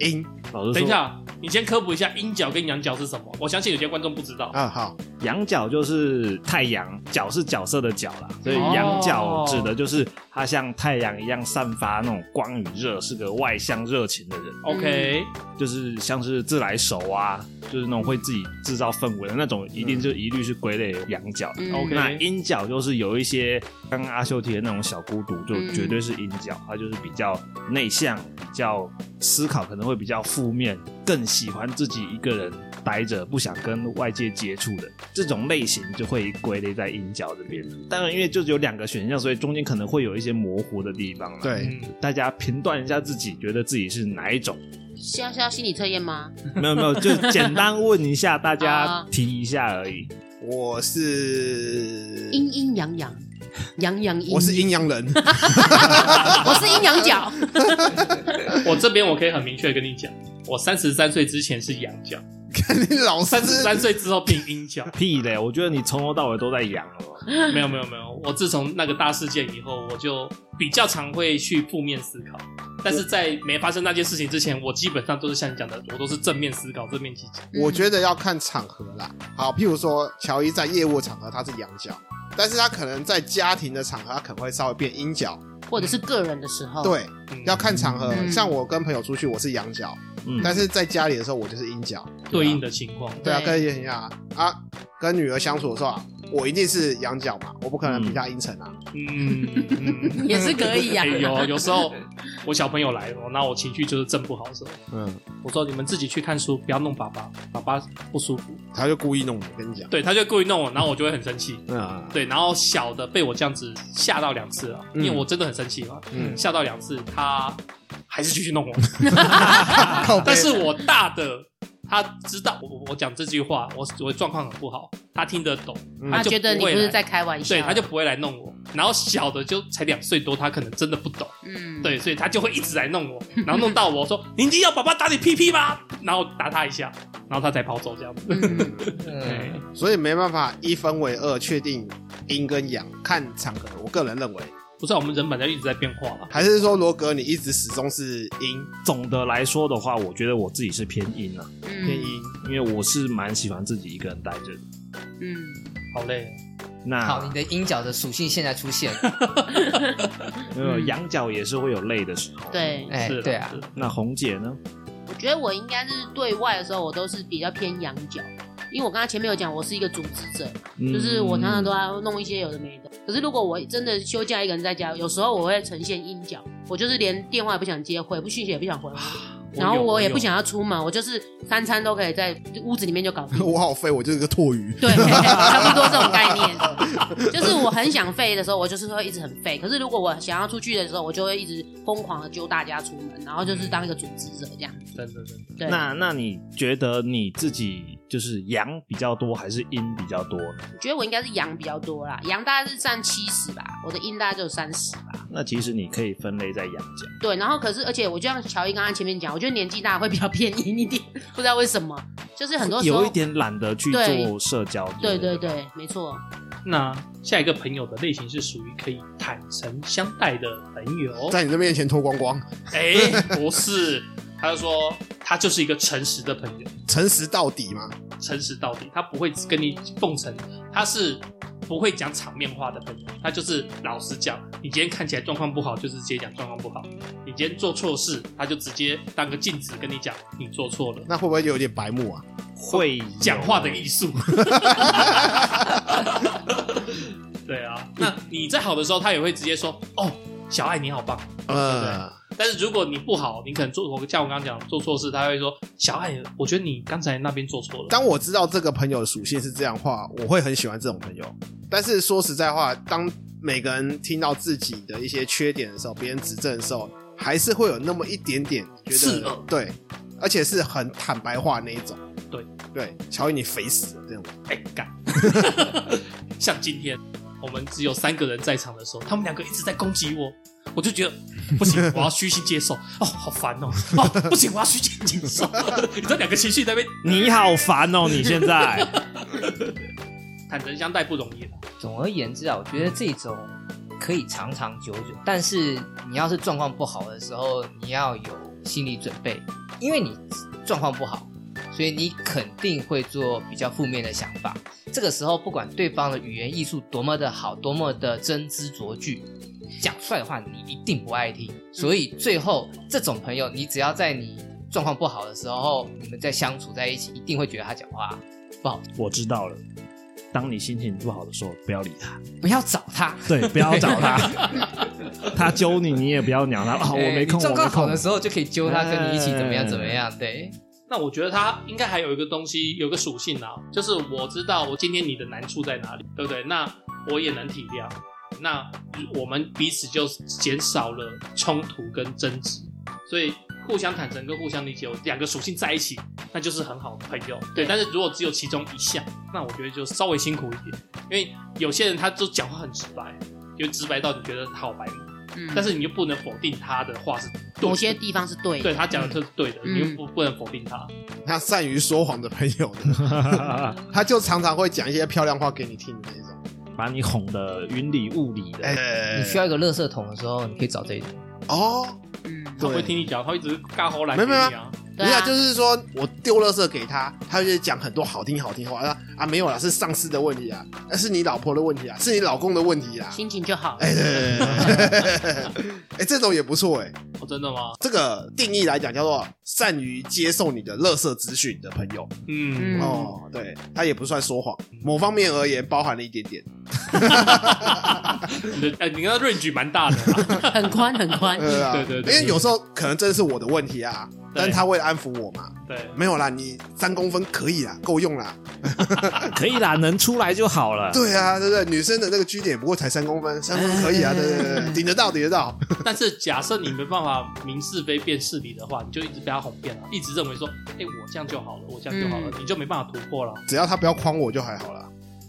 阴老师说，等一，下，你先科普一下阴角跟阳角是什么？我相信有些观众不知道。啊，好，羊角就是太阳，角是角色的角啦，所以哦羊角指的就是他像太阳一样散发那种光与热，是个外向热情的人， OK，就是像是自来熟啊，就是那种会自己制造氛围的那种，一定就一律是归类为羊角。嗯 OK 那阴角就是有一些刚刚阿修提的那种小孤独，就绝对是阴角，他就是比较内向，比较思考可能会比较负面，更喜欢自己一个人待着，不想跟外界接触的这种类型就会归类在阴角这边。当然，因为就是有两个选项，所以中间可能会有一些模糊的地方啦。对，嗯，大家评断一下自己，觉得自己是哪一种？是要是要心理测验吗？没有没有，就简单问一下，大家啊提一下而已。。我是阴阴阳阳，阳阳阴。我是阴阳人，我是阴阳角。嗯我这边我可以很明确地跟你讲，我三十三岁之前是阳角， [laughs] 看你老师三十三岁之后变阴角屁嘞！我觉得你从头到尾都在养哦。没有没有没有，我自从那个大事件以后，我就比较常会去负面思考。但是在没发生那件事情之前，我基本上都是像你讲的，我都是正面思考、正面积极。我觉得要看场合啦。好，譬如说乔伊在业务场合他是阳角，但是他可能在家庭的场合他可能会稍微变阴角。或者是个人的时候，，对，嗯要看场合。哦嗯像我跟朋友出去，我是阳角，嗯，但是在家里的时候我就是阴角。对应的情况。对啊，对跟也一样啊啊，跟女儿相处的时候啊，我一定是阳角嘛，我不可能比她阴沉啊。嗯，嗯 [laughs] 也是可以呀、 [laughs] 啊哎有有时候我小朋友来，了，那我情绪就是正不好的时候，嗯，我说你们自己去看书，不要弄爸爸，爸爸不舒服。他就故意弄我，跟你讲。对，他就故意弄我，然后我就会很生气。嗯对，然后小的被我这样子吓到两次了，因嗯为我真的很生气嘛，嗯，吓到两次，他还是继续弄 [laughs] 我。 [laughs] 靠背但是我大的他知道我我讲这句话，我我状况很不好，他听得懂，嗯他他就觉得你不不会是来在开玩笑，对，他就不会来弄我。然后小的就才两岁多，他可能真的不懂，嗯，对，所以他就会一直来 [laughs] 弄我，然后弄到我说：“你一定要爸爸打你屁屁吗？”然后打他一下，然后他才跑走这样子。 [laughs] 哎嗯，对嗯，所以没办法一分为二确定阴跟阳，看场合。我个人认为，不是、啊、我们人本来就一直在变化了。还是说罗格你一直始终是阴总的来说的话，我觉得我自己是偏阴啊，偏嗯阴，。因为我是蛮喜欢自己一个人待着的。嗯，好累啊，好，那你的阴角的属性现在出现了，呃，嗯羊角也是会有累的时候。，对，哎是的，对啊是，的那红姐呢？我觉得我应该是对外的时候，我都是比较偏阳角，因为我刚刚前面有讲，我是一个组织者，嗯嗯就是我常常都要弄一些有的没的。可是如果我真的休假一个人在家，有时候我会呈现阴角，我就是连电话也不想接，回不讯息也不想回，然后啊有我也有不想要出门，我就是三餐都可以在屋子里面就搞定我好废，我就是个唾鱼。 [laughs] 对，差不多这种概念，就是我很想废的时候，我就是会一直很废。可是如果我想要出去的时候，我就会一直疯狂的揪大家出门，然后就是当一个组织者这样。真的真的。对，那那你觉得你自己就是阳比较多还是阴比较多呢？我觉得我应该是阳比较多啦，阳大概是占七十吧，我的阴大概就有三十吧。那其实你可以分类在阳角。对，然后可是，而且我就像乔伊刚刚前面讲，我觉得年纪大会比较偏阴一点， [laughs] 不知道为什么，就是很多时候有一，点懒得去对做社交。对不对对，没错，那下一个朋友的类型是属于可以坦诚相待的朋友。在你的面前脱光光，哎、不是，他就说他就是一个诚实的朋友，诚实到底嘛。诚实到底，他不会跟你奉承，他是不会讲场面话的朋友，他就是老实讲，你今天看起来状况不好，就是直接讲状况不好；你今天做错事，他就直接当个镜子跟你讲你做错了。那会不会有点白目啊？会讲话的艺术。 [laughs] 对啊，那你在好的时候，他也会直接说：“哦，小爱你好棒。”呃，但是如果你不好，你可能做我像我刚刚讲做错事，他会说小爱，我觉得你刚才那边做错了。当我知道这个朋友的属性是这样的话，我会很喜欢这种朋友。但是说实在话，当每个人听到自己的一些缺点的时候，别人指正的时候，还是会有那么一点点觉刺得耳对，而且是很坦白话那一种。对对，乔伊你肥死了这种。哎干， [laughs] 像今天我们只有三个人在场的时候，他们两个一直在攻击我，我就觉得不行，我要虚心接受。哦，好烦哦，哦不行，我要虚心接受。 [laughs] 你这两个情绪在那边你好烦哦！你现在坦诚相待不容易了。总而言之啊，我觉得这种可以长长久久，但是你要是状况不好的时候，你要有心理准备，因为你状况不好，所以你肯定会做比较负面的想法。这个时候，不管对方的语言艺术多么的好，多么的真知灼句，讲出来的话你一定不爱听。所以最后，这种朋友，你只要在你状况不好的时候，你们在相处在一起，一定会觉得他讲话不好听， [laughs] 我知道了。当你心情不好的时候，不要理他，不要找他。对，不要找 [laughs] 他。他揪你，你也不要鸟他。啊，我哎没你空，我状况没好的空。时候就可以揪他，哎跟你一起怎么样怎么样。对，那我觉得他应该还有一个东西，有个属性啊，就是我知道我今天你的难处在哪里，对不对？那我也能体谅，那我们彼此就减少了冲突跟争执，所以互相坦诚跟互相理解，两个属性在一起，那就是很好的朋友。对，对但是如果只有其中一项，那我觉得就稍微辛苦一点，因为有些人他就讲话很直白，就直白到你觉得他好白目，嗯，但是你又不能否定他的话是对某的些地方是对对的，他讲的就是对的，嗯你又不不能否定他。那善于说谎的朋友呢，他就常常会讲一些漂亮话给你听的那种。 [laughs] 把你哄得云里雾里的。哎你需要一个垃圾桶的时候，你可以找这一种。哦，嗯，他不会对听你讲，他会一直尬吼来没给有你没有啊。对没有，啊，就是说我丢垃圾给他，他就讲很多好听好听的话啊啊，没有啦，是上司的问题啊，那是你老婆的问题啊，是你老公的问题啦。心情就好了。哎，对对对对，哎，这种也不错哎。哦，真的吗？这个定义来讲叫做善于接受你的垃圾资讯的朋友。嗯，嗯哦，对，他也不算说谎，某方面而言包含了一点点。你的哎，你刚刚 range 蛮大的 [laughs] 啊， [laughs] 很宽很宽。对啊对对对因为有时候可能真的是我的问题啊，对但是他为了安抚我嘛，对，没有啦，你三公分可以啦，够用啦。可以啦，能出来就好了。对啊，对不对？女生的那个居点不过才三公分，三公分可以啊，对对对对，顶得到，顶得到。但是假设你没办法明是非辨是理的话，你就一直被他哄骗了，一直认为说，哎，我这样就好了，我这样就好了，你就没办法突破了。只要他不要诓我就还好啦。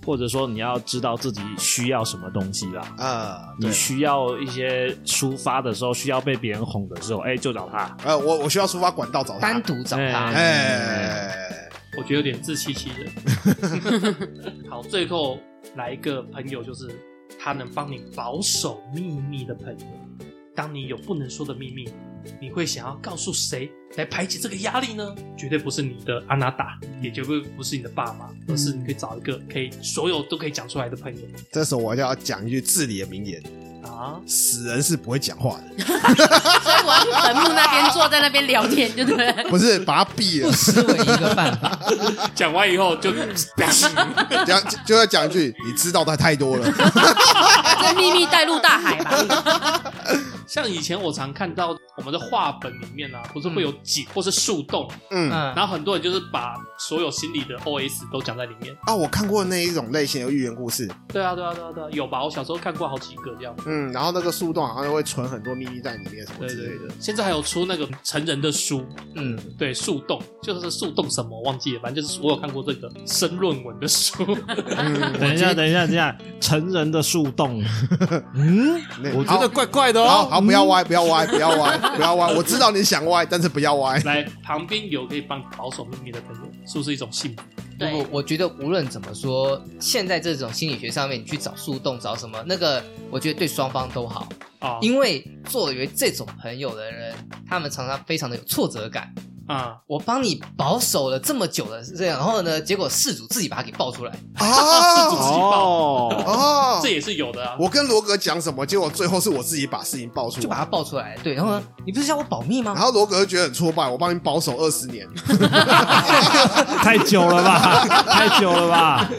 或者说你要知道自己需要什么东西啦。啊，对你。需要一些抒发的时候，需要被别人哄的时候，哎，就找他。呃，我我需要出发管道找单他。独找 [laughs] 他，哎哎，我觉得有点自欺欺人。好，最后来一个朋友，就是他能帮你保守秘密的朋友。当你有不能说的秘密，你会想要告诉谁来排解这个压力呢？绝对不是你的阿娜达，也绝对不是你的爸妈，而是你可以找一个可以所有都可以讲出来的朋友这时候我就要讲一句至理的名言：啊。死人是不会讲话的， [laughs] 所以我要去坟墓那边坐在那边聊天，对不对？不是把他毙了不，失为一个办法。啊讲完以后就，讲就要讲一句，你知道的太多了。这秘密带入大海吧。像以前我常看到我们的画本里面啊，不是会有井或是树洞，嗯嗯，然后很多人就是把所有心里的 OS 都讲在里面。啊，我看过那一种类型的寓言故事，对啊，对啊，对啊，对啊，有吧？我小时候看过好几个这样。嗯，然后那个树洞好像会存很多秘密在里面什么对之对类的对，，现在还有出那个成人的书，嗯，对，树洞就是树洞什么忘记了，反正就是我有看过这个申论文的 [laughs] 书。嗯，等一下，等一下，等一下，成人的树洞，嗯，那我觉得怪怪的哦。好好不要嗯歪，不要歪，不要歪，不要歪，我知道你想歪，但是不要歪。来，旁边有可以帮你保守秘密的朋友，是不是一种幸福？如对果，我觉得无论怎么说，现在这种心理学上面，你去找树洞找什么，那个我觉得对双方都好，啊因为作为这种朋友的人，他们常常非常的有挫折感。啊，我帮你保守了这么久了，是这样，然后呢，结果事主自己把它给爆出来， [laughs] 自己哦 [laughs] 哦，啊哦这，也是有的啊。我跟罗格讲什么，结果最后是我自己把事情爆出就把它来，爆出来。对，然后呢，你不是叫我保密然吗？后罗格就觉得很挫败，我帮你保守二十年， [laughs] 太久了 [laughs] 吧，太久了吧，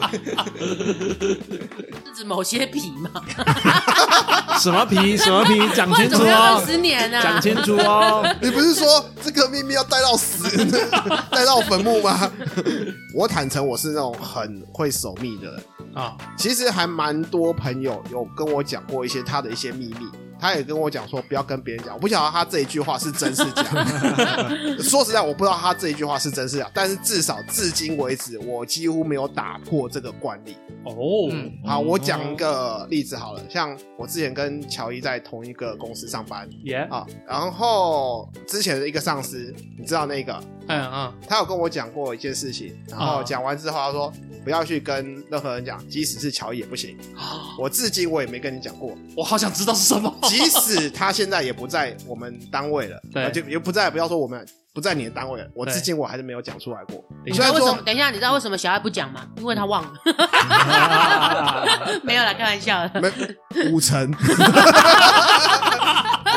是指某些皮嘛？什 [laughs] 么皮什么皮，讲不然清怎楚么要二哦，十年呢、讲啊？清楚哦。 [laughs] [laughs] 你不是说这个秘密要带到死， [laughs] 带到坟墓吗？ [laughs] 我坦诚，我是那种很会守密的人。啊，其实还蛮多朋友有跟我讲过一些他的一些秘密，他也跟我讲说不要跟别人讲。我不晓得他这一句话是真是假。 [laughs] 说实在，我不知道他这一句话是真是假，但是至少至今为止，我几乎没有打破这个惯例。哦，嗯好，我讲一个例子好了，像我之前跟乔伊在同一个公司上班耶，啊，然后之前的一个上司，你知道那个，嗯嗯，他有跟我讲过一件事情，然啊后讲完之后他说不要去跟任何人讲，即使是乔伊也不行。啊我至今我也没跟你讲 [laughs] 过，我好想知道是什么。即使他现在也不在我们单位了，对啊就也不在，不要说我们不在你的单位了，我对至今我还是没有讲出来过。你你虽知然道为什么？说等一下，你知道为什么小爱不讲吗？因为他忘了。 [laughs] 啊没有啦，开玩笑的。没五 [laughs] 成，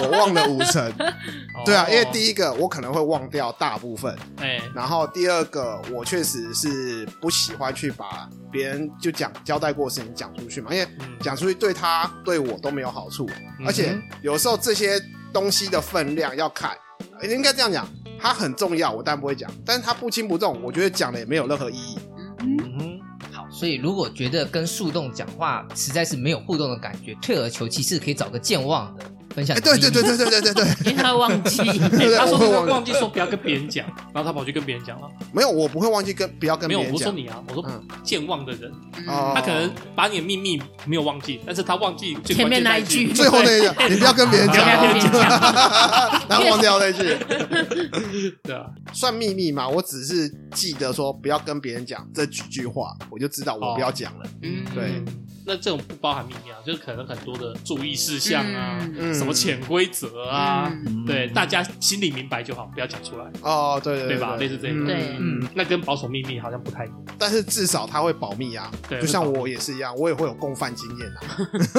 我忘了五成。对啊，因为一，第一个我可能会忘掉大部分，哦哎，然后第二个，我确实是不喜欢去把别人就讲交代过的事情讲出去嘛，因为嗯讲出去对他对我都没有好处，嗯而且有时候这些东西的分量要看，呃应该这样讲，它很重要，我当然不会讲，但是它不轻不重，我觉得讲了也没有任何意义。嗯好，所以如果觉得跟树洞讲话实在是没有互动的感觉，退而求其次，可以找个健忘的分享哎，你的秘对密。对对对对对对对，因为他会忘记， [laughs] 哎他说我会他忘记忘记说不要跟别人讲，然后他跑去跟别人讲了。没有，我不会忘记跟不要跟没别有，人我说讲。你啊，我说嗯健忘的人，哦他可能把你的秘密没有忘记，但是他忘记最前面关键那一句 [laughs] 最后那一个，你不要跟别人讲不要跟别人哦，然后忘掉那句。对啊，算秘密嘛，我只是记得说不要跟别人讲这几句话，我就知道我不要讲了。嗯，对，那这种不包含秘密啊，就是可能很多的注意事项啊，嗯什么潜规则啊，嗯嗯对，大家心里明白就好，不要讲出来。哦，对对对吧类似这一嗯种对嗯，那跟保守秘密好像不太一样。但是至少他会保密啊，对就像会保密我也是一样，我也会有共犯经验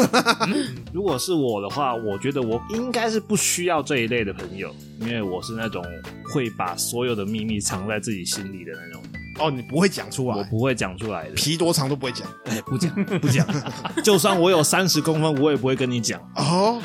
啊，如果是我的话，我觉得我应该是不需要这一类的朋友，因为我是那种会把所有的秘密藏在自己心里的那种，哦，你不会讲出我来，不会讲出来的。皮多长都不会讲哎，不讲不讲，就算我有三十公分，我也不会跟你讲。哦，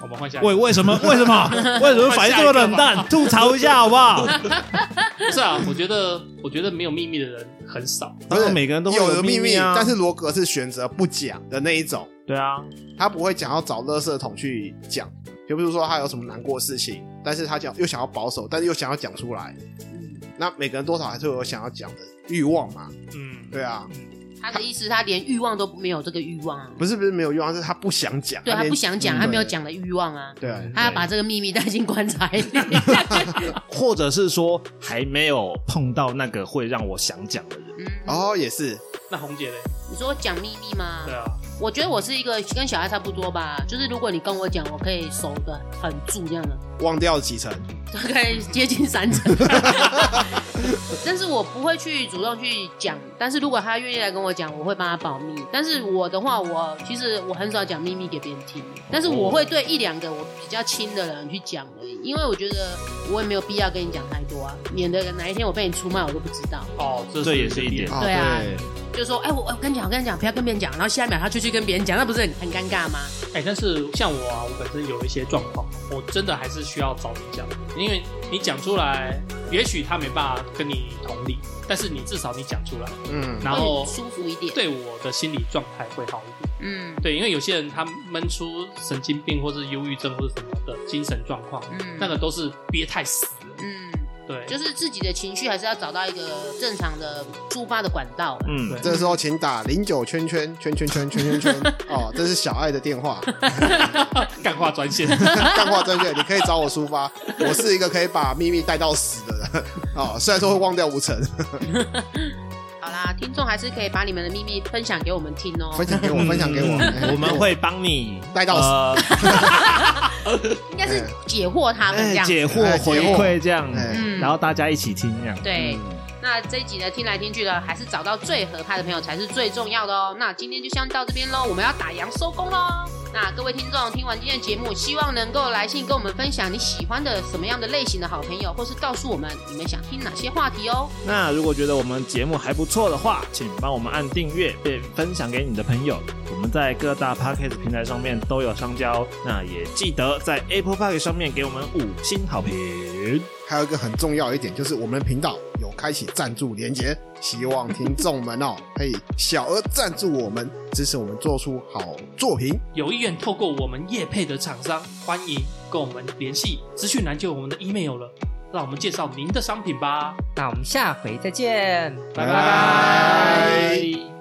我们换下一个为为什 [laughs] 么？为什么？为什么反应这么冷淡？吐槽一下好不 [laughs] 好？不是啊，我觉得我觉得没有秘密的人很少。当然每个人都会有秘秘啊，但是罗格是选择不讲的那一种，对啊，他不会讲要找垃圾桶去讲，就比如说他有什么难过的事情，但是他讲又想要保守，但是又想要讲出来，那每个人多少还是会有想要讲的欲望嘛，嗯，对啊，他的意思，他连欲望都没有这个欲望啊，不是不是没有欲望，是他不想讲，对他连不想讲，嗯他没有对讲的欲望啊，对啊，他要把这个秘密带进棺材里。或者是说还没有碰到那个会让我想讲的人。嗯，哦也是，那红姐嘞？你说讲秘密吗对？啊，我觉得我是一个跟小孩差不多吧，就是如果你跟我讲，我可以熟的很住这样的，忘掉了几层，大概接近三成。 [laughs] 但是我不会去主动去讲，但是如果他愿意来跟我讲，我会帮他保密。但是我的话，我其实我很少讲秘密给别人听，但是我会对一两个我比较亲的人去讲而已，因为我觉得我也没有必要跟你讲太多啊，免得哪一天我被你出卖，我都不知道。哦，这这也是一点哦对啊对就说，哎、我我跟你讲，我跟你讲，不要跟别人讲，然后下一秒他就去跟别人讲，那不是很很尴尬吗？哎、但是像我啊，我本身有一些状况，我真的还是需要找你讲，因为你讲出来，也许他没办法跟你同理，但是你至少你讲出来，嗯，然后会舒服一点。对我的心理状态会好一点。嗯对，因为有些人他闷出神经病或是忧郁症或是什么的精神状况，嗯那个都是憋太死了。嗯，对，就是是自己的情绪还是要找到一个正常的抒发的管道。啊嗯，对这时候请打零九圈圈圈圈圈圈圈 [laughs] 圈哦，这是小爱的电话， [laughs] 干话专 [laughs] 线。干话专线，你可以找我抒发，我是一个可以把秘密带到死的人 [laughs] 哦，虽然说会忘掉五层，好啦，听众还是可以把你们的秘密分享给我们听哦、分享给嗯我，分享给嗯我，哎我们会帮你呃带到死死，应该是解惑他们这呃样。哎解哎惑解回惑馈这样，哎嗯然后大家一起听这样。对嗯，那这一集呢，听来听去的，还是找到最合拍的朋友才是最重要的哦。那今天就先到这边喽，我们要打烊收工喽。那各位听众听完今天的节目，希望能够来信跟我们分享你喜欢的什么样的类型的好朋友，或是告诉我们你们想听哪些话题哦。那如果觉得我们节目还不错的话，请帮我们按订阅，并分享给你的朋友。我们在各大 podcast 平台上面都有上交哦，那也记得在 Apple Park 上面给我们五星好评。还有一个很重要一点，就是我们的频道有开启赞助连接，希望听众们哦可以小额赞助我们，支持我们做出好作品。有意愿透过我们业配的厂商，欢迎跟我们联系，资讯栏就有我们的 email 了。让我们介绍您的商品吧，那我们下回再见，拜拜拜